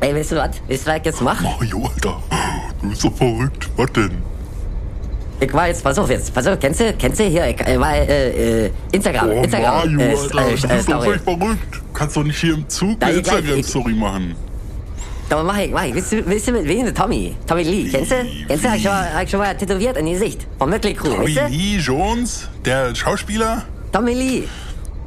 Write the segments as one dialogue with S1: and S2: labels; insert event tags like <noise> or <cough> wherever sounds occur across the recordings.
S1: Ey, weißt du was? Weißt du, was ich jetzt mach?
S2: Mario, Alter, du bist so verrückt. Was denn?
S1: Ich war jetzt, pass auf jetzt, pass auf, kennst du, kennst du hier, ich äh, war, äh, äh, Instagram,
S2: Oh,
S1: Instagram,
S2: Mario,
S1: äh,
S2: Alter,
S1: äh,
S2: du
S1: äh,
S2: bist doch
S1: Story.
S2: völlig verrückt. Kannst doch nicht hier im Zug
S1: Da,
S2: eine
S1: ich gleich-
S2: Instagram-Story machen.
S1: Aber mach ich, mach ich, willst du, willst du mit wem? Tommy, Tommy Lee, kennst du? Kennst du, hab ich schon mal, hab ich schon mal tätowiert in Gesicht, vom Mötley Crew,
S2: Tommy
S1: weißt du?
S2: Lee Jones, der Schauspieler,
S1: Tommy Lee.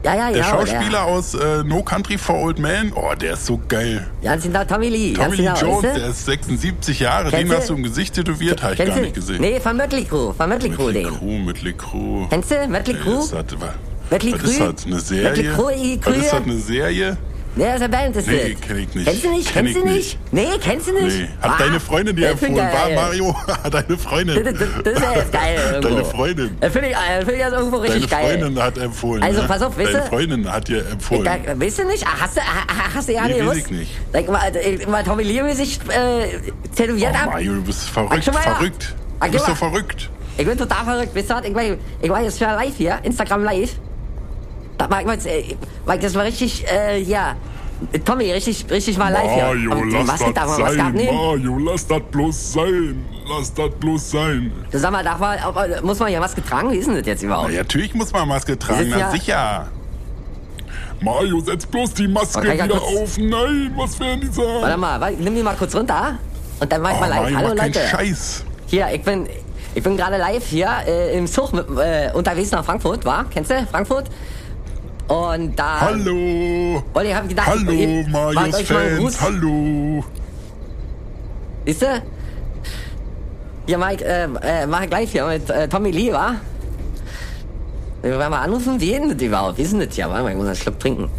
S1: Ja, ja,
S2: der
S1: ja.
S2: Schauspieler aus äh, No Country for Old Men. Oh, der ist so geil.
S1: Ja, ganz genau, Tommy Lee,
S2: Tommy
S1: ganz
S2: Lee
S1: genau,
S2: Jones,
S1: weißt
S2: der
S1: du?
S2: ist 76 Jahre,
S1: Kennst
S2: den
S1: du?
S2: hast du im Gesicht tätowiert, habe ich
S1: Kennst
S2: gar
S1: du?
S2: nicht gesehen.
S1: Nee, von Mötley Crew, von Mötley Crew,
S2: Mötley
S1: den.
S2: Crew, Mötley Crew.
S1: Kennst du, Mötley
S2: Ey,
S1: Crew?
S2: Ist das, wa-
S1: Mötley
S2: was ist
S1: Crew?
S2: das, eine
S1: Mötley
S2: Serie?
S1: Crew, I-
S2: Was ist
S1: Crew?
S2: das, eine Serie?
S1: Nee, das ist eine Band, das
S2: Nee,
S1: ist.
S2: kenn ich nicht.
S1: Kennst du nicht?
S2: Kenn
S1: kennst du
S2: ich
S1: nicht? Nee, kennst du nicht?
S2: Nee. Hat
S1: Ah,
S2: deine Freundin dir
S1: das find
S2: empfohlen?
S1: ich
S2: War
S1: geil.
S2: Mario, <laughs> deine Freundin.
S1: Das, das, das ist ja jetzt geil irgendwo.
S2: Deine Freundin.
S1: Das finde ich, das find ich jetzt irgendwo
S2: Deine
S1: richtig geil.
S2: Freundin hat empfohlen.
S1: Also,
S2: ne?
S1: pass auf, weißt
S2: Deine
S1: du-
S2: Freundin hat dir empfohlen.
S1: Da, weißt du nicht? Ah, Hast du, ah, ah, hast du ja
S2: Nee,
S1: nicht
S2: weiß
S1: gewusst?
S2: ich nicht.
S1: Sag mal, äh, mal Tommy Lee sich äh, tätowiert
S2: Oh,
S1: ab.
S2: Mario, du bist verrückt,
S1: schon mal-
S2: verrückt.
S1: Ach,
S2: Du bist
S1: guck
S2: doch
S1: mal.
S2: verrückt.
S1: Ich bin total verrückt. Weißt du was? Ich war, ich war jetzt schon live hier, Instagram live. Da mag ich mal, jetzt, äh, mag ich das mal richtig, äh, ja. Tommy, richtig, richtig mal live hier.
S2: Mario,
S1: Und, äh,
S2: lass
S1: was ich da
S2: das
S1: mal was
S2: sein.
S1: gehabt nehmen?
S2: Mario, lass das bloß sein. Lass das bloß sein.
S1: Du sag mal, darf man, ob- muss man hier was getragen? Wie ist denn das jetzt überhaupt?
S2: Ja, natürlich muss man Maske tragen,
S1: ist
S2: na
S1: ja-
S2: sicher. Mario, setz bloß die Maske
S1: Oh, kann ich ja
S2: wieder
S1: kurz-
S2: auf. Nein, was werden die sagen?
S1: Warte mal, warte, nimm die mal kurz runter. Und dann mach ich
S2: Oh,
S1: mal live.
S2: Mario,
S1: Hallo
S2: mach keinen
S1: Leute.
S2: Scheiß.
S1: Hier, ich bin, ich bin gerade live hier äh, im Zug mit, äh, unterwegs nach Frankfurt, war? Kennst du Frankfurt? Und da.
S2: Hallo.
S1: Und ich hab gedacht,
S2: Hallo,
S1: ich, ich, Äh, macht
S2: Marios
S1: euch mal einen Gruß.
S2: Fans. Hallo.
S1: Siehst du? Ja, Mike, äh, äh, mach ich gleich hier mit äh, Tommy Lee, wa? Wir wollen mal anrufen, wie denn das überhaupt? Wie ist denn das hier? Warte mal, ich muss einen Schluck trinken.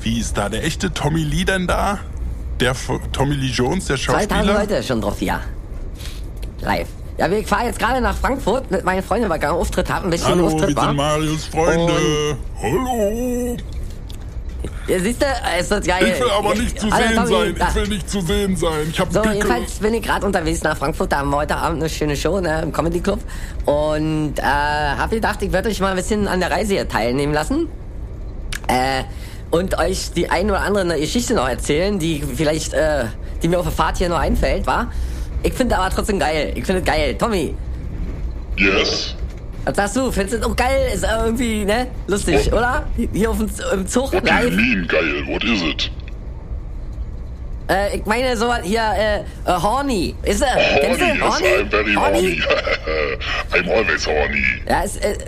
S2: Wie ist da der echte Tommy Lee denn da? Der F- Tommy Lee Jones, der
S1: 2000
S2: Schauspieler?
S1: Leute schon drauf hier. Live. Ja, wir- ich fahre jetzt gerade nach Frankfurt mit meinen Freunden, weil ich gerade einen Auftritt habe, ein bisschen
S2: Hallo, wir
S1: Auftritt war.
S2: sind Marios Freunde.
S1: Äh,
S2: Hallo.
S1: Ja, siehst du, ist das geil.
S2: Ich will aber nicht zu
S1: äh, Alter,
S2: sehen
S1: Tommy,
S2: sein.
S1: da-
S2: Ich will nicht zu sehen sein. Ich hab
S1: So,
S2: Pickel.
S1: jedenfalls bin ich gerade unterwegs nach Frankfurt. Da haben wir heute Abend eine schöne Show ne, im Comedy Club. Und äh, habe gedacht, ich werde euch mal ein bisschen an der Reise hier teilnehmen lassen. Äh, und euch die ein oder andere Geschichte noch erzählen, die vielleicht, äh, die mir auf der Fahrt hier noch einfällt, war. Ich finde aber trotzdem geil. Ich finde es geil. Tommy,
S3: Yes.
S1: was sagst du? Findest du das auch geil? Ist äh, irgendwie, ne? Lustig, oder? Hier auf dem Z- im Zug
S3: What do you
S1: live.
S3: mean, geil? What is it?
S1: Äh, ich meine sowas hier, äh, äh, horny. Ist er?
S3: Äh, Horny,
S1: Kennst du?
S3: yes, I'm very horny. <laughs> I'm always horny.
S1: Ja, ist, äh,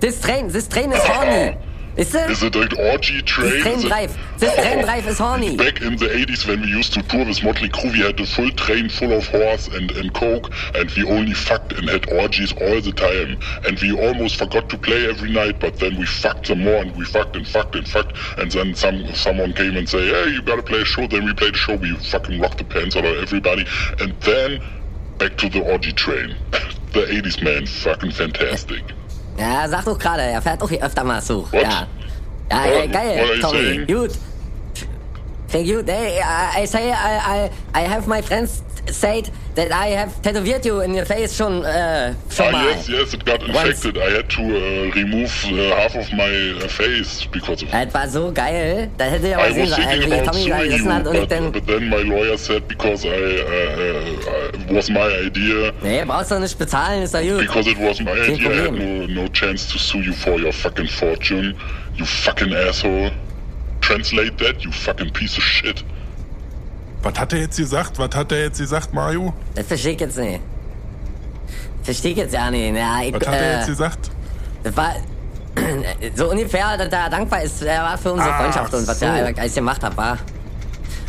S1: this train, this train is horny. Ist er?
S3: Is it an orgy train?
S1: This train
S3: Is it-
S1: drive. This train drive is horny.
S3: Back in the 80s when we used to tour with Motley Crue, we had a full train full of horse and, and coke, and we only fucked and had orgies all the time. And we almost forgot to play every night, but then we fucked some more, and we fucked and fucked and fucked, and then some someone came and say, hey, you gotta play a show. Then we played a show, we fucking rocked the pants out of everybody, and then back to the orgy train. <laughs> the 80s, man, fucking fantastic.
S1: Ja, sag doch gerade, er fährt auch hier öfter mal so. Ja.
S3: What?
S1: Ja,
S3: What-
S1: ja,
S3: what are
S1: geil,
S3: you
S1: Tommy.
S3: saying?
S1: Gut. Thank you. They, I I say, I, I, I have my friends said that I have tattooed you in your face schon, äh, schon
S3: Ah,
S1: mal.
S3: yes, yes, it got
S1: Once.
S3: infected. I had to uh, remove uh, half of my uh, face because of
S1: Das war so geil. Da hätte ich
S3: I
S1: aber sehen
S3: was
S1: sollen,
S3: thinking
S1: wie
S3: about
S1: Tommy da
S3: suing you,
S1: gesessen hat und ich
S3: but,
S1: dann...
S3: but then my lawyer said because I uh, uh, uh, was my idea,
S1: Nee, brauchst du nicht bezahlen, ist doch gut.
S3: because it was my idea, I had
S1: Problem.
S3: no, no chance to sue you for your fucking fortune, you fucking asshole. Translate that, you fucking piece of shit.
S2: Was hat er jetzt gesagt? Was hat er jetzt gesagt, Mario?
S1: Das verstehe ich jetzt nicht. Verstehe ich jetzt ja nicht. Ja, ich,
S2: Was hat er jetzt
S1: äh,
S2: gesagt?
S1: das war <clears throat> so ungefähr, dass er dankbar ist. Er war für unsere
S2: Ach
S1: Freundschaft und was er
S2: so.
S1: alles gemacht hat, war.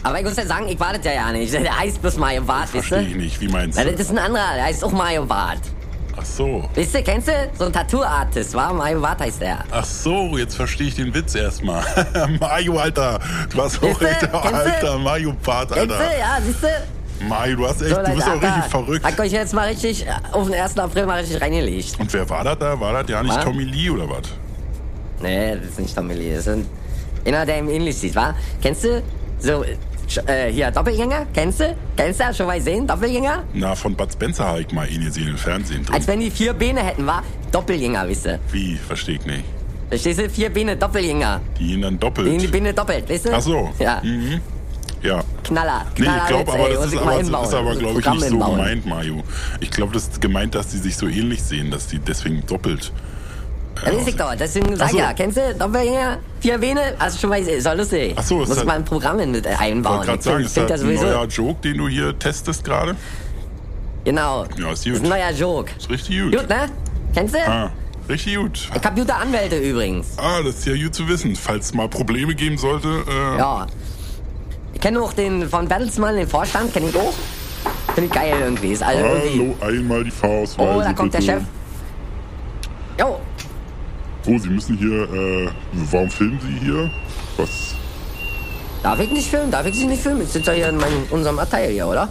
S1: Aber ich muss ja sagen, ich warte ja ja nicht. <laughs> Der heißt bloß Mario Bart, weißt
S2: Verstehe ich
S1: du?
S2: nicht. Wie meinst
S1: Na, das
S2: du?
S1: ist ein anderer, der heißt auch Mario Bart.
S2: Ach so.
S1: Weißt du, kennst du? So ein Tattoo-Artist, war Mario Bart heißt er.
S2: Ach so, jetzt verstehe ich den Witz erstmal. <laughs> Mario, Alter. Du warst
S1: Kennst
S2: auch
S1: du?
S2: echt der
S1: Kennst du?
S2: alter Mario-Part,
S1: Kennst du?
S2: Alter.
S1: Ja, siehst du?
S2: Mario, du, hast echt,
S1: So,
S2: du
S1: Leute,
S2: bist auch richtig
S1: Alter, Hab
S2: verrückt.
S1: euch jetzt mal richtig äh, auf den 1. April mal richtig reingelegt.
S2: Und wer war das da? War das ja nicht
S1: Was?
S2: Tommy Lee oder was?
S1: Nee, das ist nicht Tommy Lee. Das ist ein, einer, der ihm ähnlich sieht, wa? Kennst du? So, äh, sch- äh, hier, Doppelgänger? Kennst du? Kennst du? Schon mal gesehen? Doppelgänger?
S2: Na, von Bud Spencer habe ich mal ihn gesehen im Fernsehen drin.
S1: Als wenn die vier Beine hätten, wa? Doppelgänger, wisst ihr?
S2: Wie? Verstehe ich nicht.
S1: Verstehst du? Vier Beine, Doppelgänger.
S2: Die ihn dann
S1: Die die
S2: doppelt.
S1: Beine doppelt, weißt du?
S2: Ach so.
S1: Ja.
S2: Mhm. Ja.
S1: Knaller.
S2: Nee,
S1: Knaller
S2: ich
S1: jetzt,
S2: glaube aber,
S1: ey,
S2: das
S1: muss
S2: ist
S1: ich mal
S2: aber, das
S1: inbauen.
S2: ist aber
S1: Das
S2: glaube ich,
S1: Programm
S2: nicht so
S1: inbauen.
S2: gemeint, Mario. Ich glaube, das ist gemeint, dass die sich so ähnlich sehen, dass die deswegen doppelt.
S1: Ja, weiß ich doch, deswegen sag
S2: Ach so.
S1: ja, kennst du Doppelgänger, vier Vene, also schon mal, ist doch lustig.
S2: Ach so,
S1: Muss
S2: ist das-
S1: ich mal ein Programm in- mit einbauen.
S2: wollte gerade sagen, ist
S1: find
S2: das ein neuer Joke, den du hier testest gerade?
S1: Genau.
S2: Ja, ist
S1: Ist
S2: gut.
S1: ein neuer Joke.
S2: Ist richtig gut.
S1: Gut, ne? Kennst du?
S2: Ah, richtig gut.
S1: Computeranwälte übrigens.
S2: Ah, das ist ja gut zu wissen. Falls es mal Probleme geben sollte, äh,
S1: Ja. Ich kenne auch den von Bertelsmann, den Vorstand, kenne ich auch. Finde ich geil irgendwie. Ist also irgendwie.
S3: Hallo, einmal die Fahrausweise.
S1: Oh, da kommt der
S3: bitte.
S1: Chef. Jo,
S3: Oh, Sie müssen hier, äh, warum filmen Sie hier? Was?
S1: darf ich nicht filmen? Darf ich sie nicht filmen? Ich sitze ja hier in meinem, unserem Abteil hier, oder?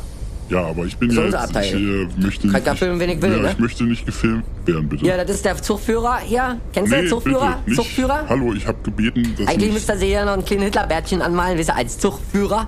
S3: Ja, aber ich bin
S1: Ist
S3: ja
S1: unser
S3: jetzt,
S1: Abteil.
S3: ich äh, möchte
S1: Kann ja
S3: nicht,
S1: filmen, wen ich will,
S3: ja,
S1: ne?
S3: ich möchte nicht gefilmt werden, bitte.
S1: Ja, das ist der Zugführer hier. Kennst du den Zugführer?
S3: bitte, nicht.
S1: Zugführer?
S3: Hallo, ich habe gebeten, dass
S1: Eigentlich
S3: nicht,
S1: müsste sie ja noch ein kleines Hitlerbärtchen anmalen, wisst ihr, als
S3: <laughs>
S1: Zugführer.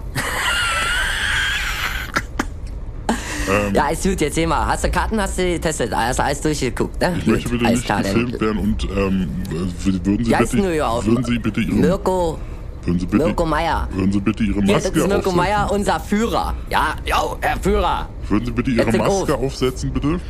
S3: Ähm.
S1: ja, ist gut, jetzt sehen wir. Hast du Karten, hast du getestet, Ah, hast du alles durchgeguckt, ne?
S3: ich möchte bitte nicht gefilmt werden und ähm, w- würden Sie
S1: Ja, ist
S3: bitte,
S1: New York.
S3: würden Sie bitte Ihre,
S1: Mirko,
S3: würden Sie bitte,
S1: Mirko Meier.
S3: würden Sie bitte Ihre
S1: hier, das
S3: Maske
S1: ist Mirko
S3: aufsetzen,
S1: Meier, unser Führer. Ja, jo, Herr Führer.
S3: würden Sie bitte Ihre
S1: Jetzt den
S3: Maske
S1: auf.
S3: aufsetzen, bitte?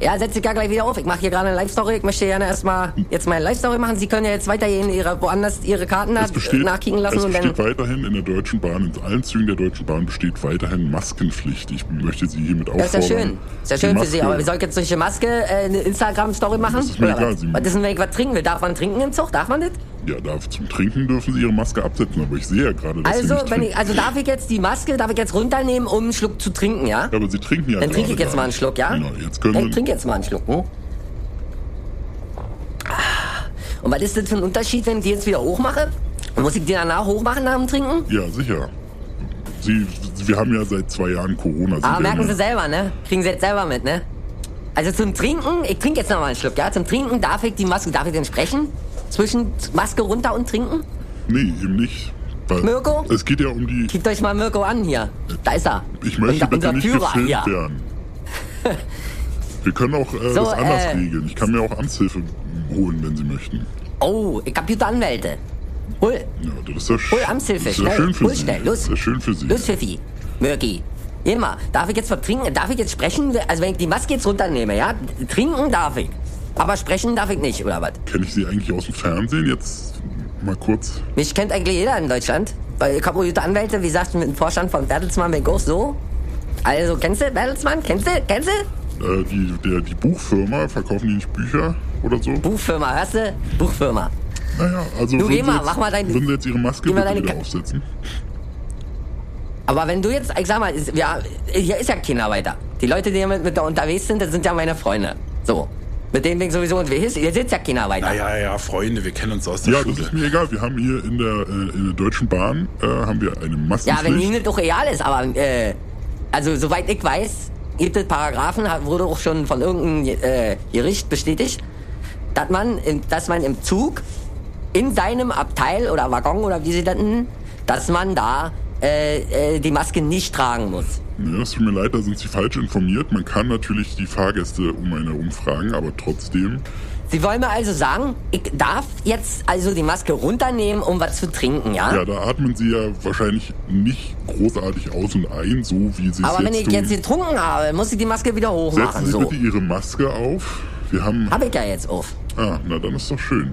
S1: Ja, setz dich ja gleich wieder auf. Ich mache hier gerade eine Live-Story. Ich möchte gerne erstmal jetzt meine Live-Story machen. Sie können ja jetzt weitergehen, ihre, woanders ihre Karten
S3: Es
S1: nach,
S3: besteht, Also
S1: nachkicken lassen.
S3: es
S1: und dann,
S3: besteht weiterhin in der Deutschen Bahn, in allen Zügen der Deutschen Bahn besteht weiterhin Maskenpflicht. Ich möchte Sie hiermit
S1: Das
S3: auffordern.
S1: ist ja schön. Ist ja
S3: die
S1: schön für Sie,
S3: Maske-
S1: aber wir sollen jetzt durch die Maske äh, eine Instagram-Story machen?
S3: ist mir
S1: oder
S3: egal,
S1: was?
S3: Sie-
S1: was ist denn, wenn ich was trinken will? Darf man trinken im Zug? Darf man das?
S3: Ja, da, zum Trinken dürfen Sie Ihre Maske absetzen, aber ich sehe ja gerade, dass
S1: Also,
S3: Sie nicht
S1: wenn
S3: trinken.
S1: ich, also darf ich jetzt die Maske, darf ich jetzt runternehmen, um einen Schluck zu trinken, ja?
S3: Ja, aber Sie trinken ja
S1: Dann
S3: gerade
S1: trinke ich jetzt
S3: gar
S1: mal einen
S3: nicht.
S1: Schluck, ja?
S3: Genau, jetzt können Oh.
S1: Dann
S3: Sie-
S1: trinke jetzt mal einen Schluck, hm? Ah. Und was ist das für ein Unterschied, wenn ich die jetzt wieder hochmache? Muss ich die danach hochmachen nach dem Trinken?
S3: Ja, sicher. Sie, wir haben ja seit zwei Jahren Corona. Sie
S1: Aber
S3: werden
S1: Ah, merken
S3: ja-
S1: Sie selber, ne? Kriegen Sie jetzt selber mit, ne? Also zum Trinken, ich trinke jetzt nochmal einen Schluck, ja? Zum Trinken darf ich die Maske, darf ich denn sprechen? Zwischen Maske runter und trinken?
S3: Nee, eben nicht. Weil
S1: Mirko?
S3: Es geht ja um die.
S1: Gebt euch mal Mirko an hier. Da ist er.
S3: Ich möchte
S1: unser,
S3: bitte
S1: unser
S3: nicht
S1: Führer
S3: gefilmt
S1: hier. <laughs>
S3: werden. Wir können auch äh,
S1: So,
S3: das anders
S1: äh,
S3: regeln. Ich kann mir auch Amtshilfe holen, wenn Sie möchten.
S1: Oh, ich hab gute Anwälte. Hol,
S3: Ja, das ist ja, sch
S1: hol Amtshilfe,
S3: das ist ja
S1: schnell.
S3: schön für
S1: hol
S3: Sie.
S1: schnell,
S3: Das
S1: los.
S3: ist ja schön für Sie.
S1: Los, Pfiffi. Mirki. Geh mal, darf ich jetzt was trinken? Darf ich jetzt sprechen? Also wenn ich die Maske jetzt runternehme, ja? Trinken darf ich. Aber sprechen darf ich nicht, oder was?
S3: Kenne ich Sie eigentlich aus dem Fernsehen jetzt mal kurz?
S1: Mich kennt eigentlich jeder in Deutschland. Weil ich habe gute Anwälte, wie gesagt, mit dem Vorstand von Bertelsmann bin ich auch so. Also, kennst du Bertelsmann? Kennst du? Kennst du?
S3: Äh, die, der, die Buchfirma, verkaufen die nicht Bücher oder so?
S1: Buchfirma, hörst du? Buchfirma.
S3: Naja, also
S1: Du,
S3: würden,
S1: geh
S3: Sie
S1: mal,
S3: jetzt,
S1: mach mal dein-
S3: würden Sie jetzt Ihre Maske
S1: geh mal
S3: bitte
S1: deine
S3: wieder
S1: Ka-
S3: aufsetzen?
S1: Aber wenn du jetzt, ich sag mal, ist, ja, hier ist ja keiner weiter. Die Leute, die hier mit, mit da unterwegs sind, das sind ja meine Freunde. So. Mit denen bin ich sowieso unterwegs. Hier sitzt ja keiner weiter.
S2: Naja, ja, Freunde, wir kennen uns aus der
S3: Ja, das
S2: Schule.
S3: ist mir egal. Wir haben hier in der, äh, in der Deutschen Bahn äh, haben wir eine
S1: Ja, wenn
S3: Maskenpflicht.
S1: Ihnen doch real ist, aber äh, also soweit ich weiß, gibt es Paragraphen, hat- wurde auch schon von irgendeinem äh, Gericht bestätigt, dass man, im- dass man im Zug in seinem Abteil oder Waggon oder wie sie das nennen, dass man da äh, äh, die Maske nicht tragen muss.
S3: Ne, es tut mir leid, da sind Sie falsch informiert. Man kann natürlich die Fahrgäste um eine umfragen, aber trotzdem.
S1: Sie wollen mir also sagen, ich darf jetzt also die Maske runternehmen, um was zu trinken, ja?
S3: Ja, da atmen Sie ja wahrscheinlich nicht großartig aus und ein, so wie Sie es
S1: aber wenn
S3: jetzt
S1: ich
S3: tun.
S1: jetzt getrunken habe, muss ich die Maske wieder
S3: Setzen
S1: hochmachen.
S3: Sie
S1: So.
S3: bitte Ihre Maske auf. Wir haben.
S1: Hab ich ja jetzt auf.
S3: Ah, na dann ist doch schön.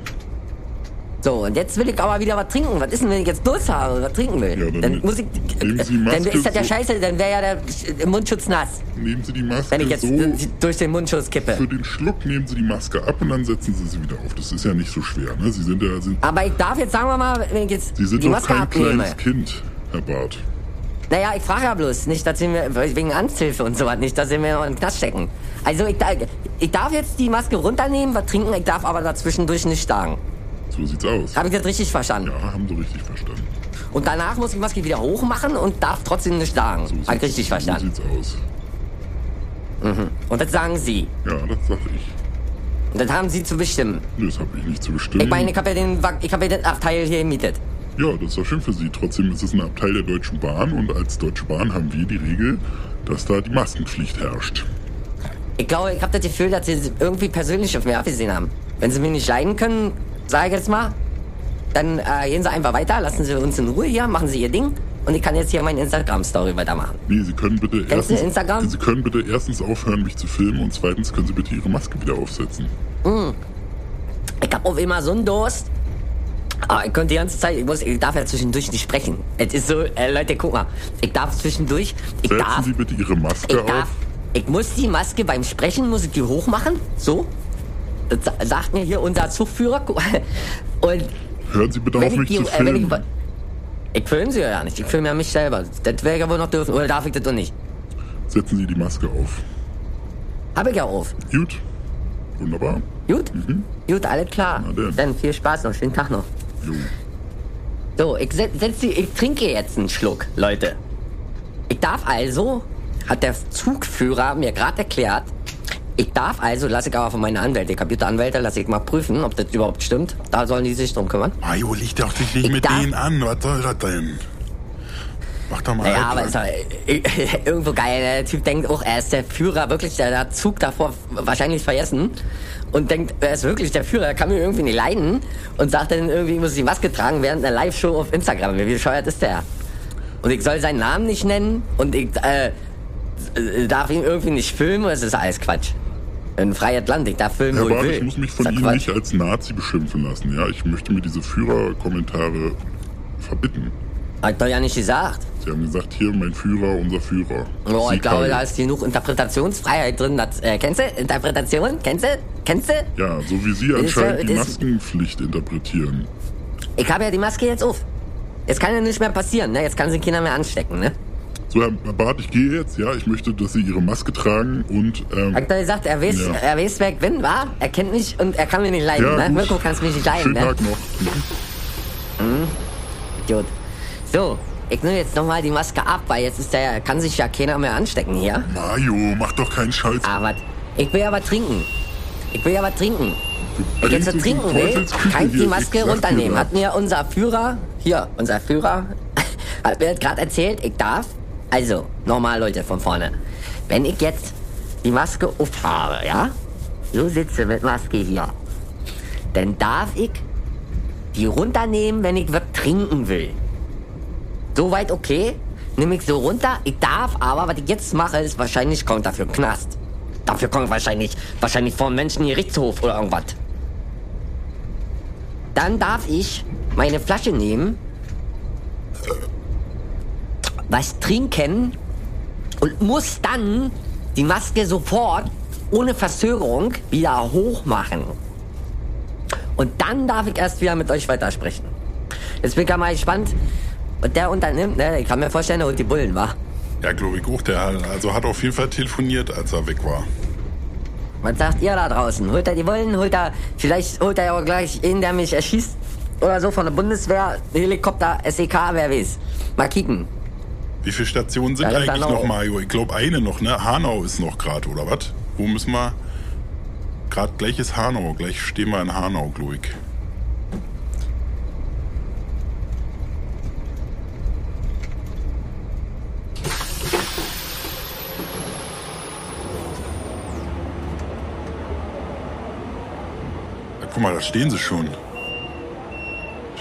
S1: So, und jetzt will ich aber wieder was trinken. Was ist denn, wenn ich jetzt Durst habe, was trinken will?
S3: Ja,
S1: dann,
S3: dann
S1: muss ich. äh,
S3: nehmen Sie die
S1: dann
S3: Maske
S1: ist das ja
S3: so-
S1: scheiße, dann wäre ja der Sch- Mundschutz nass,
S3: Nehmen Sie die Maske
S1: wenn ich jetzt
S3: so.
S1: durch den Mundschutz kippe.
S3: Für den Schluck nehmen Sie die Maske ab und dann setzen Sie sie wieder auf. Das ist ja nicht so schwer, ne? Sie sind ja. Sind,
S1: Aber ich darf jetzt, sagen wir mal, wenn ich jetzt
S3: Sie sind
S1: die
S3: doch
S1: Maske
S3: kein
S1: abnehme.
S3: kleines Kind, Herr Barth.
S1: Naja, ich frage ja bloß, nicht, dass sie mir, wegen Amtshilfe und sowas, nicht, dass sie mir noch in den Knast stecken. Also, ich, da- ich darf jetzt die Maske runternehmen, was trinken, ich darf aber dazwischendurch nicht sagen.
S3: So sieht's aus.
S1: Habe ich das richtig verstanden?
S3: Ja, haben Sie richtig verstanden.
S1: Und danach muss ich die Maske wieder hochmachen und darf trotzdem nicht
S3: So
S1: sagen. Habe ich
S3: sieht's-
S1: richtig verstanden.
S3: So sieht's aus.
S1: Und das sagen sie.
S3: Ja, das sag ich.
S1: Und das haben sie zu bestimmen.
S3: Nö, Das habe ich nicht zu bestimmen.
S1: Ich meine, ich habe ja den, Wa- ich hab ja den Abteil hier gemietet.
S3: ja, das ist doch schön für Sie. Trotzdem ist es ein Abteil der Deutschen Bahn und als Deutsche Bahn haben wir die Regel, dass da die Maskenpflicht herrscht.
S1: Ich glaube, ich habe das Gefühl, dass sie irgendwie persönlich auf mich abgesehen haben. Wenn sie mich nicht leiden können, sage ich jetzt mal, dann äh, gehen sie einfach weiter, lassen sie uns in Ruhe hier, machen sie ihr Ding. Und ich kann jetzt hier meine Instagram-Story weitermachen.
S3: Nee, Sie können bitte
S1: Kennst du
S3: erstens,
S1: Instagram?
S3: Sie können bitte erstens aufhören, mich zu filmen und zweitens können Sie bitte Ihre Maske wieder aufsetzen.
S1: Ich hab auf immer so einen Durst. Aber ich konnte die ganze Zeit, ich, muss, ich darf ja zwischendurch nicht sprechen. Es ist so, äh, Leute, guck mal. Ich darf zwischendurch, ich
S3: Setzen
S1: darf,
S3: Sie bitte Ihre
S1: ich
S3: Maske
S1: darf,
S3: auf.
S1: ich muss die Maske beim Sprechen, muss ich die hochmachen, so. Das sa- sagt mir hier unser Zugführer. Guck mal. <laughs> Und
S3: Hören Sie bitte auf,
S1: wenn ich
S3: mich
S1: die,
S3: zu
S1: äh, wenn ich,
S3: filmen.
S1: ich filme sie ja nicht, ich filme ja mich selber. Das wäre ja wohl noch dürfen, oder darf ich das doch nicht?
S3: Setzen Sie die Maske auf.
S1: Hab ich ja auf.
S3: Gut. Wunderbar.
S1: Gut? Gut, alles klar.
S3: Mhm. Na denn.
S1: Dann viel Spaß noch, schönen Tag noch.
S3: Jo.
S1: So, ich, se- setz die, ich trinke jetzt einen Schluck, Leute. Ich darf also, hat der Zugführer mir gerade erklärt, ich darf also, lasse ich aber von meinen Anwälten, Computeranwälte, lasse ich mal prüfen, ob das überhaupt stimmt. Da sollen die sich drum kümmern.
S2: Mario, liegt doch dich nicht
S1: Ich
S2: mit
S1: darf-
S2: denen an. Was soll das denn? Mach doch mal. halt
S1: Naja,
S2: Alter.
S1: aber ist doch äh, <laughs> irgendwo geil. ne? Der Typ denkt auch, er ist der Führer, wirklich, der hat Zug davor wahrscheinlich vergessen. Und denkt, er ist wirklich der Führer, er kann mir irgendwie nicht leiden. Und sagt dann irgendwie, ich muss die Maske tragen während einer Live-Show auf Instagram. Wie bescheuert ist der? Und ich soll seinen Namen nicht nennen und ich äh, äh, darf ihn irgendwie nicht filmen, das ist alles Quatsch. Ein freies Land, ich darf filmen,
S3: Herr
S1: wo ich
S3: Barth,
S1: will.
S3: ich muss mich
S1: Ist
S3: von
S1: doch
S3: Ihnen
S1: Quatsch.
S3: nicht als Nazi beschimpfen lassen. Ja, ich möchte mir diese Führerkommentare verbitten.
S1: Hab ich doch ja nicht gesagt.
S3: Sie haben gesagt, hier mein Führer, unser Führer.
S1: Oh,
S3: Sie
S1: ich glaube,
S3: Kai.
S1: da ist genug Interpretationsfreiheit drin. Das, äh, kennst du? Interpretation? Kennst du? Kennst du?
S3: Ja, so wie Sie
S1: Das ist ja-
S3: anscheinend die
S1: das-
S3: Maskenpflicht interpretieren.
S1: Ich habe ja die Maske jetzt auf. Jetzt kann ja nichts mehr passieren, ne? Jetzt kann sie Kinder mehr anstecken, ne?
S3: So, Herr Barth, ich gehe jetzt. Ja, ich möchte, dass Sie Ihre Maske tragen und... Ähm,
S1: Hat er gesagt, er weiß,
S3: Ja.
S1: er weiß, wer ich bin, war? Er kennt mich und er kann mir nicht leiden,
S3: ja,
S1: ne?
S3: gut.
S1: Mirko kannst mich nicht leiden,
S3: Schönen
S1: ne?
S3: Tag noch.
S1: Idiot. So, ich nehme jetzt nochmal die Maske ab, weil jetzt ist der, kann sich ja keiner mehr anstecken hier.
S3: Mario, mach doch keinen Scheiß.
S1: Aber ich will ja was trinken. Ich will ja was trinken. Ich jetzt
S3: Bringst
S1: was
S3: du die
S1: trinken will,
S3: Teufelsküche
S1: kann ich die
S3: hier,
S1: Maske
S3: ich sag
S1: runternehmen.
S3: dir
S1: Hat mir unser Führer, hier, unser
S3: <laughs>
S1: Führer, hat mir gerade erzählt, ich darf. Also, nochmal Leute von vorne. Wenn ich jetzt die Maske aufhabe, ja? So sitze mit Maske hier. Dann darf ich die runternehmen, wenn ich was trinken will. Soweit okay, nehme ich so runter. Ich darf aber, was ich jetzt mache, ist wahrscheinlich kommt dafür ein Knast. Dafür kommt wahrscheinlich, wahrscheinlich vor einem Menschengerichtshof oder irgendwas. Dann darf ich meine Flasche nehmen, was trinken und muss dann die Maske sofort ohne Verzögerung wieder hochmachen. Und dann darf ich erst wieder mit euch weitersprechen. Jetzt bin ich ja mal gespannt. Und der unternimmt, ne, ich kann mir vorstellen, der holt die Bullen, wa?
S2: Ja, glaube ich auch. Der hat- also hat auf jeden Fall telefoniert, als er weg war.
S1: Was sagt ihr da draußen? Holt er die Bullen? Holt er, vielleicht holt er ja auch gleich einen, der mich erschießt? Oder so von der Bundeswehr, Helikopter, SEK, wer weiß. Mal kicken.
S2: Wie viele Stationen sind
S1: Ja, das ist
S2: eigentlich
S1: Hanau.
S2: noch, Mario? Ich glaube, eine noch, ne? Hanau ist noch gerade, oder was? Wo müssen wir. Gerade gleich ist Hanau. Gleich stehen wir in Hanau, glaube ich. Ja, Guck mal, da stehen sie schon.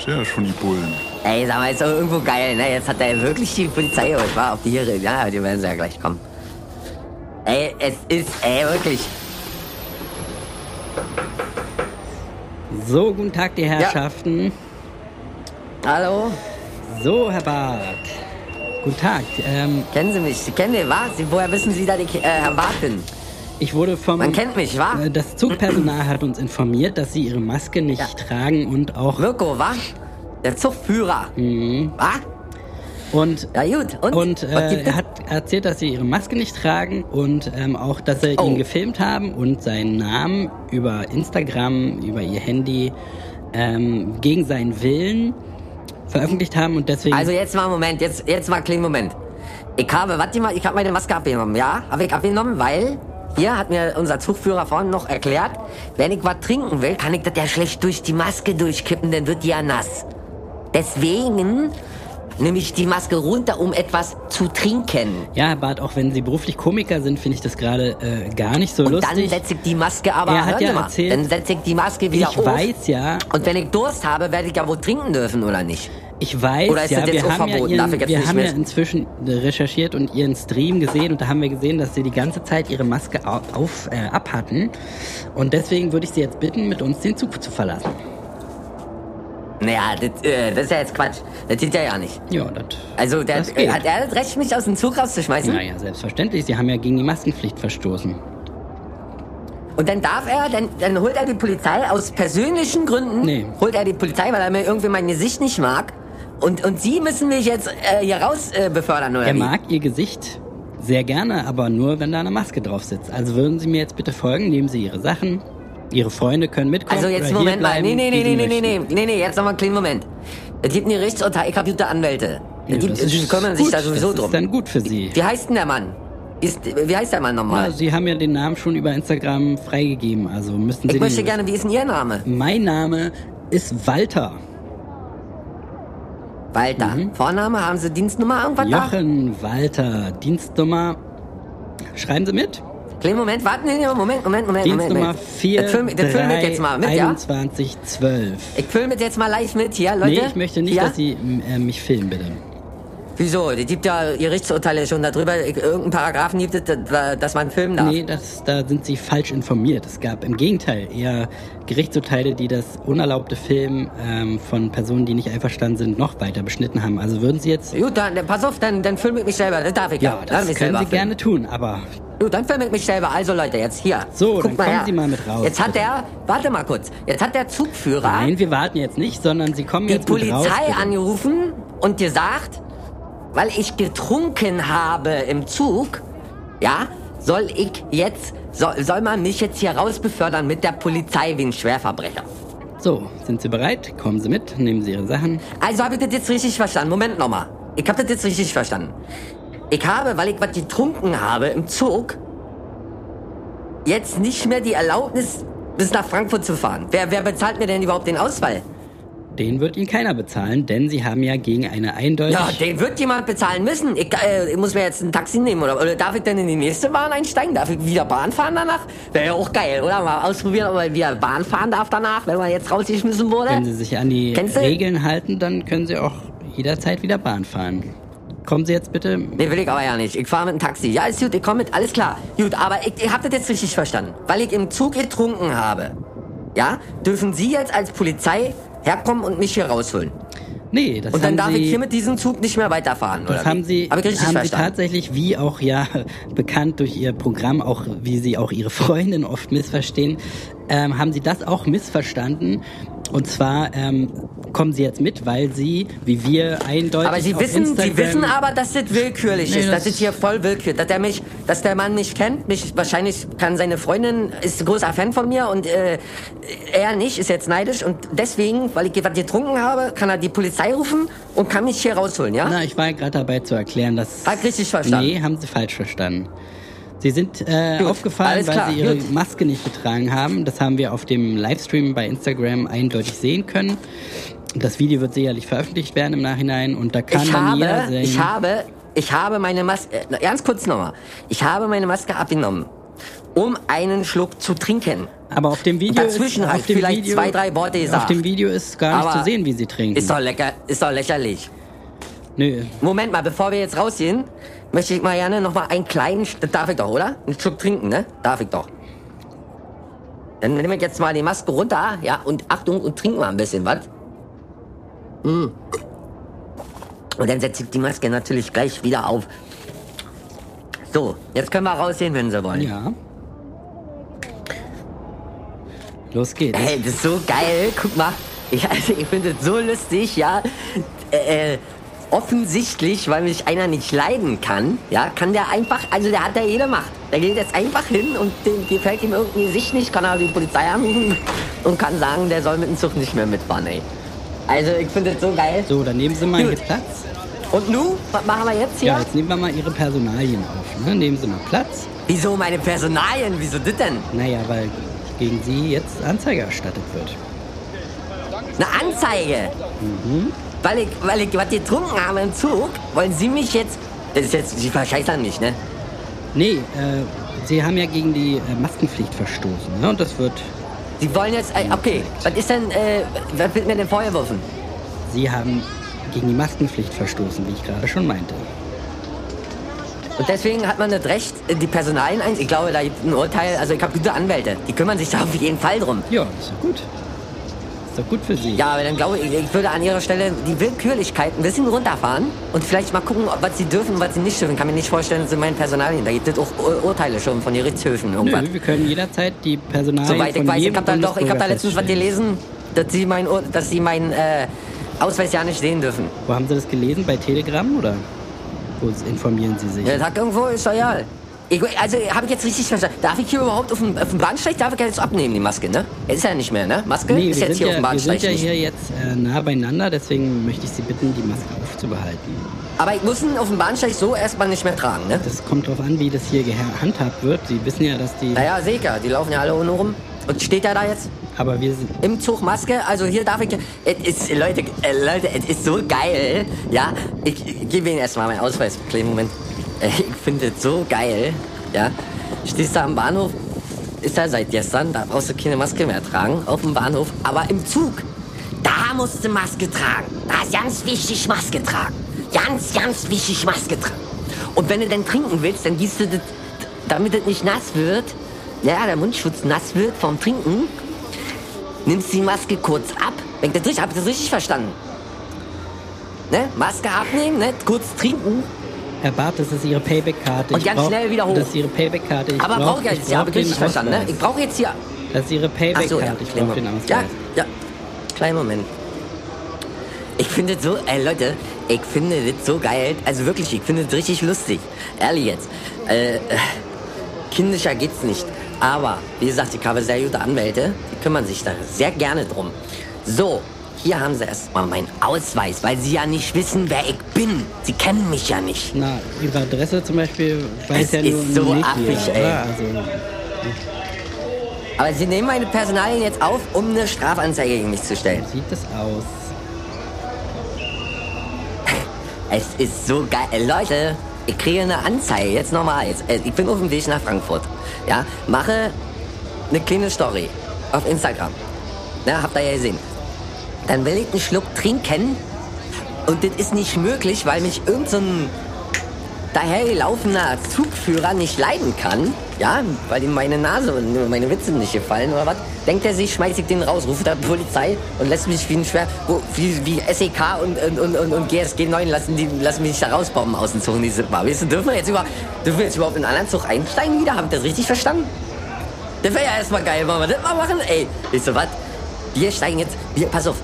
S2: Stehen ja schon die Bullen.
S1: Ey, sag mal, ist doch irgendwo geil, ne? Jetzt hat er wirklich die Polizei geholt, war auf die Hirre. Ja, die werden sie ja gleich kommen. Ey, es ist, ey, wirklich.
S4: So, guten Tag, die Herrschaften.
S1: Hallo?
S4: So, Herr Barth. Guten Tag. Ähm,
S1: Kennen Sie mich? Sie kennen den, wa? Sie, woher wissen Sie, dass ich äh, Herr Barth bin?
S4: ich wurde vom.
S1: Man kennt mich, Ah. wa?
S4: Äh, Das Zugpersonal hat uns informiert, dass Sie Ihre Maske nicht
S1: Ja.
S4: tragen und auch.
S1: Mirko, wa? Der Zugführer. Mhm. Wa?
S4: Und.
S1: Ja, gut. Und?
S4: Und
S1: Was
S4: äh,
S1: gibt
S4: er
S1: es?
S4: hat erzählt, dass sie ihre Maske nicht tragen und ähm, auch, dass sie
S1: Oh.
S4: ihn gefilmt haben und seinen Namen über Instagram, über ihr Handy ähm, gegen seinen Willen veröffentlicht haben und deswegen
S1: Also jetzt mal einen Moment, jetzt, jetzt mal einen kleinen Moment. Ich habe, warte mal, ich habe meine Maske abgenommen, ja? Habe ich abgenommen, weil hier hat mir unser Zugführer vorhin noch erklärt, wenn ich was trinken will, kann ich das ja schlecht durch die Maske durchkippen, dann wird die ja nass. Deswegen nehme ich die Maske runter, um etwas zu trinken.
S4: Ja, Herr Barth, auch wenn Sie beruflich Komiker sind, finde ich das gerade äh, gar nicht so
S1: Und dann
S4: lustig.
S1: setze ich die Maske aber,
S4: Er hat
S1: hören
S4: ja
S1: Sie mal,
S4: erzählt-
S1: dann setze ich die Maske wieder
S4: ich
S1: auf.
S4: weiß ja,
S1: Und wenn ich Durst habe, werde ich ja wohl trinken dürfen, oder nicht?
S4: Ich weiß,
S1: Oder ist
S4: ja,
S1: das jetzt
S4: wir, haben, ja
S1: verboten? Darf ich
S4: ihren,
S1: jetzt
S4: wir
S1: nicht
S4: haben
S1: mehr-
S4: ja inzwischen recherchiert und ihren Stream gesehen und da haben wir gesehen, dass sie die ganze Zeit ihre Maske au- auf, äh, ab hatten. Und deswegen würde ich sie jetzt bitten, mit uns den Zug zu verlassen.
S1: Naja, das, äh, das ist ja jetzt Quatsch. Das sieht er ja nicht.
S4: Ja, das.
S1: Also, der,
S4: Das geht.
S1: hat er das Recht, mich aus dem Zug rauszuschmeißen?
S4: Naja, selbstverständlich. Sie haben ja gegen die Maskenpflicht verstoßen.
S1: Und dann darf er, dann, dann holt er die Polizei aus persönlichen Gründen.
S4: Nee.
S1: Holt er die Polizei, weil er mir irgendwie mein Gesicht nicht mag. Und, und sie müssen mich jetzt äh, hier raus äh, befördern, oder
S4: Er
S1: wie?
S4: mag ihr Gesicht sehr gerne, aber nur, wenn da eine Maske drauf sitzt. Also würden Sie mir jetzt bitte folgen, nehmen Sie Ihre Sachen. Ihre Freunde können mitkommen.
S1: Also
S4: oder
S1: jetzt
S4: hier
S1: Moment mal. Nee,
S4: bleiben,
S1: nee, nee,
S4: wie Sie
S1: nee, nee, nee,
S4: möchten.
S1: nee, nee, nee, jetzt nochmal einen kleinen Moment. Es gibt ein Gerichtsurteil, ich habe gute Anwälte.
S4: Ja,
S1: die,
S4: das
S1: die
S4: ist
S1: kümmern sich
S4: gut.
S1: da sowieso
S4: das
S1: drum.
S4: Ist dann gut für Sie.
S1: Wie heißt denn der Mann? Ist, wie heißt der Mann
S4: Ja,
S1: nochmal?
S4: Sie haben ja den Namen schon über Instagram freigegeben, also müssen Sie
S1: ich möchte
S4: den
S1: gerne, wie ist denn Ihr Name?
S4: Mein Name ist Walter.
S1: Walter. Vorname, haben Sie Dienstnummer irgendwas
S4: Mhm. Jochen Walter. Dienstnummer. Schreiben Sie mit.
S1: da? Kleinen Moment, warten Sie, Moment, Moment, Moment.
S4: Dienstnummer
S1: Moment. Das film, das film ich jetzt mal mit, ja?
S4: 43112.
S1: Ich filme das jetzt mal live mit hier, Leute.
S4: Nee, ich möchte nicht,
S1: ja?
S4: dass Sie m, äh, mich filmen, bitte.
S1: Wieso? Die gibt ja Gerichtsurteile schon darüber. Irgendeinen Paragraphen gibt es, dass- dass man filmen darf.
S4: Nee, das, da sind Sie falsch informiert. Es gab im Gegenteil eher Gerichtsurteile, die das unerlaubte Filmen ähm, von Personen, die nicht einverstanden sind, noch weiter beschnitten haben. Also würden Sie jetzt...
S1: Gut, dann, dann pass auf, dann, dann filme ich mich selber. Das darf ich ja.
S4: Ja,
S1: Lass
S4: das
S1: mich
S4: können
S1: selber
S4: Sie
S1: filmen.
S4: gerne tun, aber
S1: Gut, dann filme ich mich selber. Also Leute, jetzt hier.
S4: So,
S1: Guck
S4: dann
S1: mal
S4: kommen
S1: her.
S4: Sie mal mit raus,
S1: Jetzt hat
S4: bitte.
S1: der, warte mal kurz, jetzt hat der Zugführer
S4: Nein, wir warten jetzt nicht, sondern sie kommen
S1: die
S4: jetzt mit raus,
S1: Polizei
S4: bitte.
S1: angerufen und gesagt, weil ich getrunken habe im Zug, ja, soll ich jetzt, soll, soll man mich jetzt hier rausbefördern mit der Polizei wegen Schwerverbrecher.
S4: So, sind Sie bereit? Kommen Sie mit, nehmen Sie Ihre Sachen.
S1: Also habe ich das jetzt richtig verstanden. Moment nochmal. Ich habe das jetzt richtig verstanden. Ich habe, weil ich was getrunken habe im Zug, jetzt nicht mehr die Erlaubnis, bis nach Frankfurt zu fahren. Wer, wer bezahlt mir denn überhaupt den Ausfall?
S4: Den wird Ihnen keiner bezahlen, denn Sie haben ja gegen eine eindeutig...
S1: Ja, den wird jemand bezahlen müssen. Ich, äh, ich muss mir jetzt ein Taxi nehmen oder, oder darf ich denn in die nächste Bahn einsteigen? Darf ich wieder Bahn fahren danach? Wäre ja auch geil, oder? Mal ausprobieren, ob man wieder Bahn fahren darf danach, wenn man jetzt rausgeschmissen wurde.
S4: Wenn Sie sich an die
S1: Kennst du-
S4: Regeln halten, dann können Sie auch jederzeit wieder Bahn fahren. Kommen Sie jetzt bitte...
S1: Nee, will ich aber ja nicht. Ich fahre mit dem Taxi. Ja, ist gut, ich komme mit, alles klar. Gut, aber ich, ich hab das jetzt richtig verstanden. Weil ich im Zug getrunken habe, ja, dürfen Sie jetzt als Polizei herkommen und mich hier rausholen.
S4: Nee, das
S1: Und dann darf
S4: haben Sie...
S1: ich hier mit diesem Zug nicht mehr weiterfahren, oder?
S4: das haben
S1: wie?
S4: Sie,
S1: Hab ich richtig
S4: haben Sie
S1: verstanden.
S4: tatsächlich, wie auch ja <laughs> bekannt durch Ihr Programm, auch wie Sie auch Ihre <laughs> Freundin oft missverstehen, ähm, haben Sie das auch missverstanden. Und zwar ähm, kommen Sie jetzt mit, weil Sie, wie wir eindeutig
S1: aber Sie
S4: auf
S1: wissen,
S4: Instagram
S1: Sie wissen aber, dass das willkürlich
S4: Nee,
S1: ist.
S4: das-
S1: Das ist hier voll willkürlich. Dass der mich, dass der Mann mich kennt, mich wahrscheinlich kann seine Freundin ist ein großer Fan von mir und äh, er nicht, ist jetzt neidisch und deswegen, weil ich was getrunken habe, kann er die Polizei rufen und kann mich hier rausholen, ja?
S4: Na, ich war ja gerade dabei zu erklären, dass.
S1: Hab ich richtig verstanden?
S4: Nee, haben Sie falsch verstanden. Sie sind äh,
S1: Gut,
S4: aufgefallen,
S1: alles
S4: weil
S1: klar,
S4: Sie Ihre
S1: gut.
S4: Maske nicht getragen haben. Das haben wir auf dem Livestream bei Instagram eindeutig sehen können. Das Video wird sicherlich veröffentlicht werden im Nachhinein und da kann
S1: ich
S4: man ja
S1: habe,
S4: sehen.
S1: ich habe, ich habe meine Maske, äh, na, ganz kurz nochmal, ich habe meine Maske abgenommen, um einen Schluck zu trinken.
S4: aber auf dem Video
S1: Dazwischen
S4: ist,
S1: halt
S4: auf dem
S1: vielleicht
S4: Video,
S1: zwei, drei Worte
S4: Auf
S1: gesagt.
S4: dem Video ist gar nicht
S1: Aber
S4: zu sehen, wie Sie trinken.
S1: Ist doch lecker, ist doch lächerlich.
S4: Nö.
S1: Moment mal, bevor wir jetzt rausgehen, möchte ich mal gerne nochmal einen kleinen, Sch- das darf ich doch, oder? Einen Schluck trinken, ne? Darf ich doch. Dann nehme ich jetzt mal die Maske runter, ja, und Achtung, und trinken mal ein bisschen was. Mm. Und dann setze ich die Maske natürlich gleich wieder auf. So, jetzt können wir rausgehen, wenn Sie wollen.
S4: Ja. Los geht's.
S1: Ey, das ist so geil. Guck mal. Ich, also, ich finde das so lustig, ja. Äh, äh, offensichtlich, weil mich einer nicht leiden kann, ja, kann der einfach, also der hat ja jede Macht. Der geht jetzt einfach hin und dem gefällt ihm irgendein Gesicht nicht, kann aber die Polizei anrufen und kann sagen, der soll mit dem Zug nicht mehr mitfahren, ey. Also ich finde das so geil.
S4: So, dann nehmen Sie mal
S1: Gut.
S4: hier Platz.
S1: Und nu, was machen wir jetzt hier?
S4: Ja, jetzt nehmen wir mal Ihre Personalien auf. Ne? Nehmen Sie mal Platz.
S1: Wieso meine Personalien? Wieso das denn?
S4: Naja, weil gegen Sie jetzt Anzeige erstattet wird.
S1: Eine Anzeige. Weil ich, weil ich was getrunken habe im Zug, wollen Sie mich jetzt. Das ist jetzt, Sie verscheißern mich, ne?
S4: Nee, äh, Sie haben ja gegen die äh, Maskenpflicht verstoßen. Ne? Und das wird...
S1: Sie wollen jetzt. Äh, okay, was ist denn. Äh, was wird mir denn vorgeworfen?
S4: Sie haben gegen die Maskenpflicht verstoßen, wie ich gerade schon meinte.
S1: Und deswegen hat man das Recht, äh, die Personalien ein. Ich glaube, da gibt ein Urteil. Also ich habe gute Anwälte. Die kümmern sich da auf jeden Fall drum.
S4: Ja, ist doch gut. Ist doch gut für Sie.
S1: Ja, aber dann glaube ich, ich würde an ihrer Stelle die Willkürlichkeit ein bisschen runterfahren und vielleicht mal gucken, ob, was sie dürfen und was sie nicht dürfen. Kann mir nicht vorstellen, dass in meinen Personalien, da gibt es auch Ur Urteile schon von Gerichtshöfen irgendwas.
S4: Nö, wir können jederzeit die Personalien
S1: Soweit ich
S4: von
S1: weiß, ich
S4: jedem
S1: habe da doch, ich habe da
S4: Bundesbürger
S1: letztens was
S4: feststellen.
S1: gelesen, dass sie meinen, Ur- dass sie meinen äh, Ausweis ja nicht sehen dürfen.
S4: Wo haben Sie das gelesen? Bei Telegram oder? Wo informieren Sie sich?
S1: Ja, sag irgendwo, ist royal. Ich, also, habe ich jetzt richtig verstanden. Darf ich hier überhaupt auf dem, auf dem Bahnsteig, darf ich jetzt abnehmen, die Maske, ne? Ist ja nicht mehr, ne? Maske
S4: Nee, wir
S1: ist jetzt
S4: sind,
S1: hier auf
S4: ja,
S1: dem
S4: wir
S1: Bahnsteig
S4: sind ja
S1: nicht.
S4: hier jetzt äh, nah beieinander, deswegen möchte ich Sie bitten, die Maske aufzubehalten.
S1: Aber ich muss ihn auf dem Bahnsteig so erstmal nicht mehr tragen, ne?
S4: Das kommt darauf an, wie das hier gehandhabt wird. Sie wissen ja, dass die...
S1: Naja, Seka, die laufen ja alle ohne rum. Und steht er da jetzt
S4: Aber wir sind...
S1: im Zug Maske? Also hier darf ich... Es ist, Leute, äh, Leute, es ist so geil, ja? Ich, ich gebe Ihnen erstmal meinen Ausweis. Kleinen Moment. Äh, Ich finde es so geil, ja? Stehst da am Bahnhof, ist er seit gestern, da brauchst du keine Maske mehr tragen, auf dem Bahnhof. Aber im Zug, da musst du Maske tragen. Da ist ganz wichtig Maske tragen. Ganz, ganz wichtig Maske tragen. Und wenn du dann trinken willst, dann gießt du das, damit es nicht nass wird, ja, der Mundschutz nass wird vom Trinken, nimmst die Maske kurz ab. Wenn ich das richtig, hab ich das richtig verstanden? Ne? Maske abnehmen, ne? kurz trinken.
S4: Herr Barth, das ist Ihre Payback-Karte.
S1: Und
S4: Ich
S1: ganz
S4: brauch-
S1: schnell wieder hoch.
S4: Das ist Ihre Payback-Karte. Ich
S1: Aber
S4: brauch-
S1: brauche ich jetzt,
S4: brauch
S1: ja, hab ich
S4: den
S1: richtig verstanden, ne?
S4: Ausweis.
S1: Ich brauche jetzt hier
S4: Das ist Ihre
S1: Ach
S4: Payback-Karte.
S1: so, ja,
S4: ich
S1: kleinen
S4: brauche
S1: Moment.
S4: den Ausweis.
S1: ja, ja, kleinen Moment. Ich finde das so, ey Leute, ich finde das so geil. Also wirklich, ich finde das richtig lustig. Ehrlich jetzt. Äh, äh, kindischer geht's nicht. Aber, wie gesagt, ich habe sehr gute Anwälte. Die kümmern sich da sehr gerne drum. So, hier haben sie erstmal meinen Ausweis, weil sie ja nicht wissen, wer ich bin. Sie kennen mich ja nicht.
S4: Na, Ihre Adresse zum Beispiel weiß
S1: Es
S4: ja nur
S1: ist so
S4: nicht
S1: affig,
S4: jeder,
S1: ey.
S4: oder? Also,
S1: Aber sie nehmen meine Personalien jetzt auf, um eine Strafanzeige gegen mich zu stellen.
S4: sieht das aus?
S1: Es ist so geil. Äh, Leute, ich kriege eine Anzeige, jetzt nochmal. Jetzt, äh, ich bin auf dem Weg nach Frankfurt. Ja, mache eine kleine Story auf Instagram. Na, habt ihr ja gesehen. Dann will ich einen Schluck trinken und das ist nicht möglich, weil mich irgendein so ein dahergelaufener Zugführer nicht leiden kann. Ja, weil ihm meine Nase und meine Witze nicht gefallen oder was. Denkt er sich, schmeiß ich den raus, ruft der Polizei und lässt mich wie ein Schwer, wo, wie, wie SEK und, und, und, und, und GSG 9 lassen, die, lassen mich da rausbomben aus dem Zug. Die sind mal. Weißt du, dürfen wir jetzt über, dürfen wir jetzt überhaupt in einen anderen Zug einsteigen wieder? Habt ihr das richtig verstanden? Das wäre ja erstmal geil, wenn wir das mal machen. Ey, weißt du was? Wir steigen jetzt, wir, pass auf,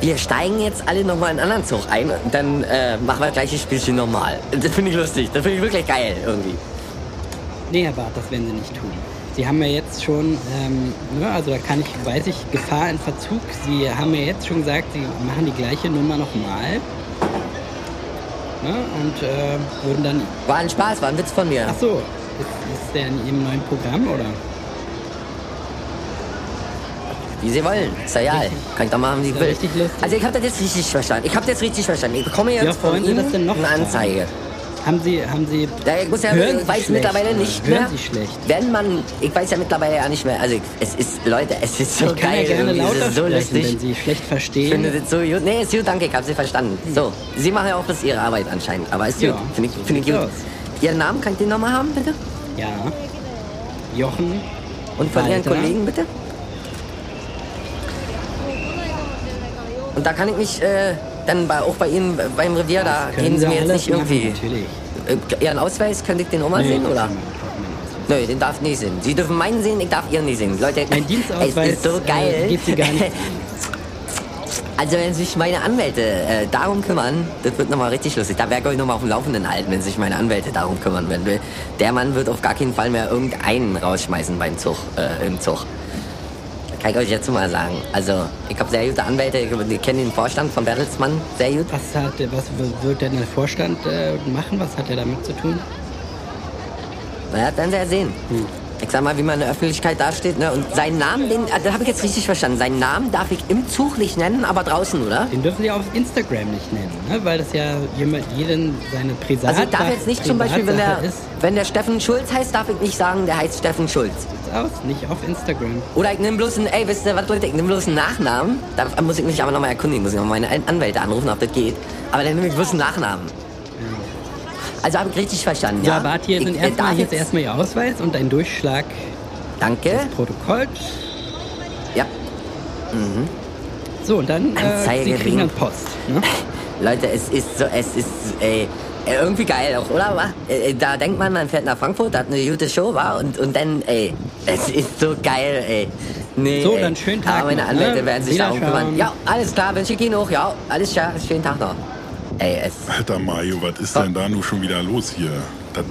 S1: wir steigen jetzt alle nochmal in einen anderen Zug ein und dann äh, machen wir gleich das Spielchen nochmal. Das finde ich lustig, das finde ich wirklich geil irgendwie.
S4: Nee, Herr Barth, das werden Sie nicht tun. Sie haben ja jetzt schon, ähm, ne, also da kann ich, weiß ich, Gefahr in Verzug. Sie haben ja jetzt schon gesagt, Sie machen die gleiche Nummer nochmal. Ne, und äh, würden dann,
S1: War ein Spaß, war ein Witz von mir.
S4: ach so, ist, ist der in Ihrem neuen Programm oder?
S1: Wie sie wollen. Ist ja egal. Kann ich da machen, wie ich
S4: Ja,
S1: will.
S4: richtig lustig.
S1: Also ich habe das jetzt richtig verstanden. Ich habe das richtig verstanden. Ich bekomme jetzt
S4: Ja,
S1: von
S4: wollen Sie das denn
S1: Ihnen
S4: noch
S1: eine
S4: sagen?
S1: Anzeige.
S4: Haben Sie, haben Sie,
S1: Ja, ich muss ja,
S4: Hören
S1: ich
S4: Sie
S1: weiß
S4: schlecht,
S1: mittlerweile
S4: oder?
S1: nicht
S4: Hören
S1: mehr.
S4: Sie schlecht?
S1: Wenn man, ich weiß ja mittlerweile ja nicht mehr. Also ich- es ist, Leute, es ist so
S4: ich kann
S1: geil.
S4: ja gerne
S1: irgendwie, es
S4: lauter
S1: ist so
S4: sprechen,
S1: lustig.
S4: wenn Sie schlecht
S1: Ich
S4: verstehen.
S1: finde das so gut. Nee, ist gut, danke, ich habe Sie verstanden. So, Sie machen ja auch bis Ihre Arbeit anscheinend, aber ist
S4: Ja,
S1: gut. Finde ich,
S4: so
S1: finde ich
S4: sieht's
S1: gut. Ihren Namen kann ich den nochmal haben, bitte?
S4: Ja. Jochen.
S1: Und von Ihren
S4: Walter.
S1: Kollegen, bitte? Und da kann ich mich äh, dann bei, auch bei Ihnen äh, beim Revier, da
S4: Das können
S1: gehen Sie mir jetzt
S4: alles
S1: nicht irgendwie.
S4: Machen, natürlich.
S1: Äh, Ihren Ausweis, könnte ich den auch mal sehen, oder? Nö, den darf ich nicht sehen. Sie dürfen meinen sehen, ich darf Ihren nicht sehen. Leute,
S4: Mein Dienstausweis,
S1: es ist so
S4: äh,
S1: geil.
S4: geht Sie gar nicht.
S1: <laughs> Also wenn sich meine Anwälte äh, darum kümmern, das wird nochmal richtig lustig. Da wäre ich nochmal auf dem Laufenden halten, wenn sich meine Anwälte darum kümmern werden will. Der Mann wird auf gar keinen Fall mehr irgendeinen rausschmeißen beim Zug, äh, im Zug. Kann ich euch jetzt mal sagen. Also ich habe sehr gute Anwälte, ich, ich kenne den Vorstand von Bertelsmann sehr gut.
S4: Was, hat, was w- wird denn der Vorstand äh, machen? Was hat er damit zu tun?
S1: Na, das werden sie ja sehen. ich sag mal, wie man in der Öffentlichkeit dasteht, ne? Und seinen Namen, den, äh, das habe ich jetzt richtig verstanden. Seinen Namen darf ich im Zug nicht nennen, aber draußen, oder?
S4: Den dürfen sie auf Instagram nicht nennen, ne? weil das ja jemand, jeden seine Privat
S1: Also ich darf jetzt nicht zum Beispiel, wenn der,
S4: Privatsache ist,
S1: wenn der Steffen Schulz heißt, darf ich nicht sagen, der heißt Steffen Schulz.
S4: sieht's aus, nicht auf Instagram.
S1: Oder ich nehme bloß einen, ey, wisst ihr was, Leute, ich nehme bloß einen Nachnamen. Da muss ich mich aber nochmal erkundigen, muss ich nochmal meine An- Anwälte anrufen, ob das geht. Aber dann nehme ich bloß einen Nachnamen. Also habe ich richtig verstanden, ja?
S4: Ja, warte hier
S1: Ich,
S4: sind
S1: äh,
S4: erstmal
S1: darf
S4: jetzt
S1: jetzt-
S4: erstmal ihr Ausweis und ein Durchschlag
S1: Danke.
S4: Protokoll.
S1: Ja.
S4: So, und dann äh,
S1: Anzeige
S4: sie kriegen
S1: wegen-
S4: dann Post. Ne?
S1: Hm? Leute, es ist so, es ist, ey, äh, irgendwie geil auch, oder? wa? Äh, äh, Da denkt man, man fährt nach Frankfurt, hat eine gute Show, war und, und dann, ey, es ist so geil, ey. Nee,
S4: So,
S1: ey.
S4: dann schönen Tag
S1: Aber meine
S4: noch,
S1: Anwälte
S4: ne?
S1: werden sich darum
S4: Wiederschauen.
S1: kümmern. Ja, alles klar, wünsche ich Ihnen auch, ja, alles klar, schönen Tag noch. Ey, es... <laughs>
S3: Alter Mario, was ist denn da nun schon wieder los hier? Das,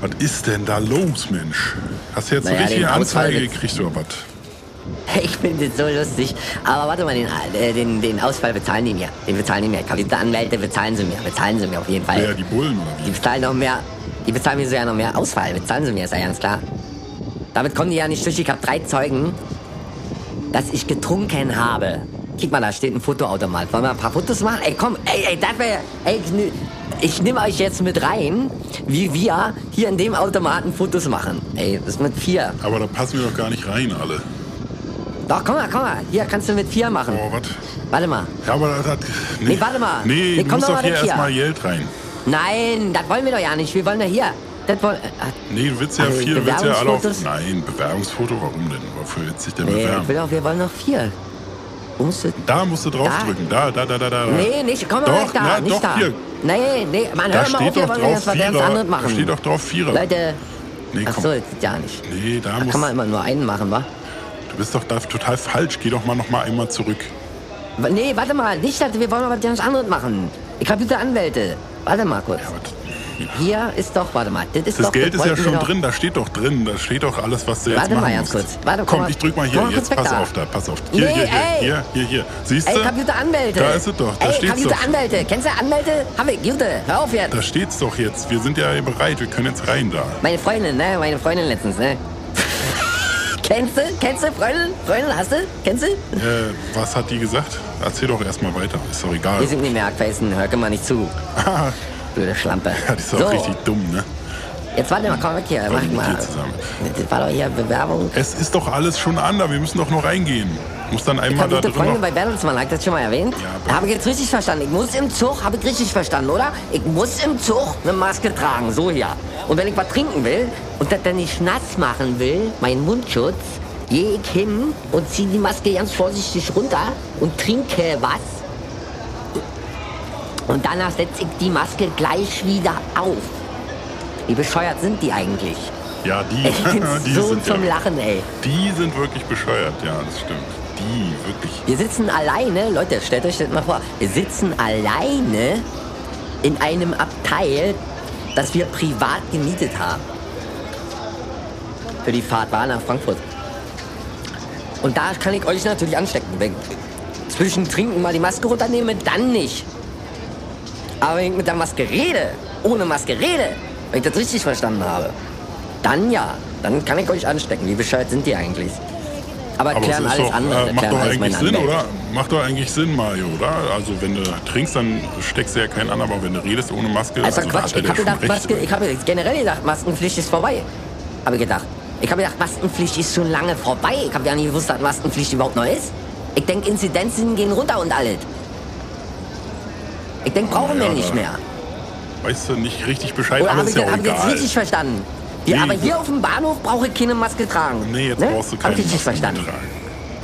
S3: was ist denn da los, Mensch? Hast du jetzt
S1: Naja,
S3: eine richtige
S1: den Ausfall
S3: Anzeige
S1: jetzt-
S3: gekriegt oder was?
S1: Ich finde das so lustig. Aber warte mal, den, äh, den, den Ausfall bezahlen die mir. Den bezahlen die mir. Kapitel Anwälte bezahlen sie mir. Bezahlen sie mir auf jeden Fall.
S3: Wer, die Bullen oder
S1: Die
S3: wie?
S1: bezahlen noch mehr. Die bezahlen mir sogar noch mehr Ausfall. Bezahlen sie mir, ist ja ganz klar. Damit kommen die ja nicht durch. Ich habe drei Zeugen, dass ich getrunken habe. Guck mal, da steht ein Fotoautomat. Wollen wir ein paar Fotos machen? Ey, komm, ey, ey, das wär, ey, ich ne- ich nehme euch jetzt mit rein, wie wir hier in dem Automaten Fotos machen. Ey, das ist mit vier.
S3: Aber da passen wir doch gar nicht rein, alle.
S1: Doch, komm mal, komm mal. Hier kannst du mit vier machen.
S3: Oh, was?
S1: Warte mal.
S3: Ja, aber das hat.
S1: Nee, warte mal.
S3: Nee,
S1: Nee,
S3: du
S1: komm
S3: musst
S1: doch
S3: doch
S1: mal
S3: hier
S1: weg hier.
S3: erstmal Geld rein.
S1: Nein, das wollen wir doch ja nicht. Wir wollen ja hier. Das wollen. ah,
S3: Nee, du willst ja
S1: Also,
S3: viel, du willst ja alle auf.
S1: Bewerbungsfotos?
S3: Nein, Bewerbungsfoto, warum denn? Wofür willst du dich denn
S1: Nee, ich
S3: bewerben?
S1: will doch, wir wollen noch vier. Wo musst du.
S3: Da musst du draufdrücken. Da, da, da, da, da.
S1: Nee, nicht, komm mal
S3: Doch,
S1: weg da.
S3: na,
S1: nicht
S3: doch,
S1: da.
S3: hier.
S1: Nee, nee, man,
S3: Da
S1: hör mal auf,
S3: steht
S1: wir wollen
S3: doch
S1: ja
S3: drauf
S1: jetzt was ganz
S3: Vierer.
S1: anderes
S3: Da
S1: machen.
S3: steht doch drauf Vierer.
S1: Leute,
S3: Nee, komm.
S1: achso, das geht ja nicht.
S3: Nee, da
S1: Da
S3: muss.
S1: kann man immer nur einen machen, wa?
S3: Du bist doch da total falsch. Geh doch mal noch mal einmal zurück.
S1: W- Nee, warte mal, nicht, das, wir wollen mal was ganz anderes machen. Ich hab bitte Anwälte. Warte mal kurz.
S3: Aber das-
S1: Hier ist doch, warte mal, das ist
S3: Das
S1: doch...
S3: Geld ist
S1: wollten
S3: ja
S1: wir
S3: schon
S1: doch-
S3: drin. Da steht doch drin. Da steht doch alles, was du jetzt
S1: Warte mal
S3: machen
S1: ganz
S3: musst.
S1: kurz. Warte, komm
S3: komm,
S1: mal-
S3: ich drück mal hier.
S1: komm mal kurz
S3: Jetzt
S1: weg
S3: pass
S1: da.
S3: auf da. Pass auf. Hier,
S1: Nee,
S3: hier, hier,
S1: ey.
S3: hier, hier, hier. Siehst
S1: Ey,
S3: du?
S1: Computeranwälte!
S3: Da ist es doch, da
S1: Ey,
S3: steht's doch.
S1: Computeranwälte! Kennst du Anwälte? Hab ich, Jute, hör auf jetzt!
S3: Da steht's doch jetzt. Wir sind ja bereit. Wir können jetzt rein da.
S1: Meine Freundin, ne? Meine Freundin letztens, ne? <laughs> kennst du? Kennst du Freundin? Freundin, hast du? Kennst du?
S3: Äh, was hat die gesagt? Erzähl doch erstmal weiter. Ist doch egal. <laughs>
S1: Wir sind nicht mehr Hackfeisen, hör immer nicht zu.
S3: Ah,
S1: Blöde Schlampe.
S3: ja, die ist doch
S1: so,
S3: richtig dumm, ne?
S1: jetzt warte mal, komm weg hier, mach
S3: mit
S1: mal.
S3: dir zusammen.
S1: Das war doch hier Bewerbung.
S3: Es ist doch alles schon an da. Wir müssen doch noch reingehen. Muss dann
S1: Ich
S3: einmal
S1: habe
S3: da
S1: gute
S3: drin
S1: Freunde
S3: noch.
S1: bei Bertelsmann, hab ich das schon mal erwähnt?
S3: Ja, aber-
S1: Ja, habe ich jetzt richtig verstanden. Ich muss im Zug, habe ich richtig verstanden, oder? Ich muss im Zug eine Maske tragen, so hier. Und wenn ich was trinken will und das dann nicht nass machen will, meinen Mundschutz, gehe ich hin und ziehe die Maske ganz vorsichtig runter und trinke was. Und danach setze ich die Maske gleich wieder auf. Wie bescheuert sind die eigentlich?
S3: Ja, die, <laughs>
S1: Ich bin
S3: die,
S1: so
S3: sind
S1: zum
S3: ja,
S1: Lachen, ey.
S3: die sind wirklich bescheuert. Ja, das stimmt. Die, wirklich.
S1: Wir sitzen alleine, Leute, stellt euch das mal vor. Wir sitzen alleine in einem Abteil, das wir privat gemietet haben. Für die Fahrt war nach Frankfurt. Und da kann ich euch natürlich anstecken. Wenn ich zwischen Trinken mal die Maske runternehme, dann nicht. Aber wenn ich mit der Maske rede, ohne Maske rede, wenn ich das richtig verstanden habe, dann ja, dann kann ich euch anstecken. Wie bescheuert sind die eigentlich? Aber,
S3: Aber es
S1: klären
S3: ist
S1: alles
S3: doch,
S1: andere.
S3: äh, macht
S1: klären
S3: doch
S1: alles
S3: eigentlich
S1: meine
S3: Sinn,
S1: Anwälte.
S3: oder? Macht doch eigentlich Sinn, Mario, oder? Also wenn du trinkst, dann steckst du ja keinen an, aber wenn du redest ohne Maske,
S1: Also
S3: da
S1: Quatsch,
S3: hat er
S1: ich
S3: ja
S1: habe
S3: schon
S1: gedacht,
S3: recht.
S1: Maske, ich habe generell gedacht, Maskenpflicht ist vorbei. Habe gedacht. Ich habe gedacht, Maskenpflicht ist schon lange vorbei. Ich habe ja nicht gewusst, dass Maskenpflicht überhaupt neu ist. Ich denke, Inzidenzen gehen runter und alles. Ich denke, brauchen
S3: Ja,
S1: wir nicht
S3: da-
S1: mehr.
S3: Weißt du, nicht richtig Bescheid,
S1: Oder
S3: aber
S1: habe ich
S3: ist ja
S1: das
S3: auch
S1: hab ich jetzt
S3: egal.
S1: richtig verstanden? Hier,
S3: Nee,
S1: aber
S3: das-
S1: hier auf dem Bahnhof brauche ich keine Maske tragen.
S3: Nee, jetzt
S1: Ne?
S3: brauchst du
S1: Hab
S3: keine
S1: ich richtig
S3: Maske mehr
S1: verstanden.
S3: tragen.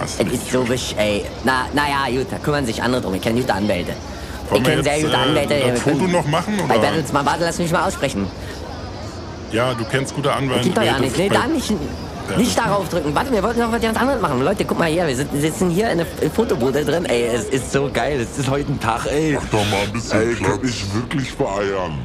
S3: Hast du
S1: Es
S3: richtig
S1: ist so wisch, ey. Na, naja, gut, da kümmern sich andere drum. Ich kenne gute Anwälte.
S3: Wollen
S1: ich
S3: wir
S1: kenne sehr
S3: jetzt,
S1: gute
S3: äh,
S1: Anwälte.
S3: das
S1: Wir können-
S3: Foto noch machen,
S1: Bei
S3: oder?
S1: Bertelsmann, warte, lass mich mal aussprechen.
S3: Ja, du kennst gute Anwälte.
S1: Geht doch ja nicht. Nee,
S3: Bei-
S1: da nicht, nicht darauf drücken. Warte, wir wollten noch was ganz anderes machen. Leute, guck mal her, wir sitzen, sitzen hier in der F- Fotobude drin. Ey, es ist so geil. Es ist heute ein Tag, ey.
S5: Mach doch mal ein bisschen
S6: Ey, ihr
S5: Platz.
S6: könnt mich wirklich vereiern.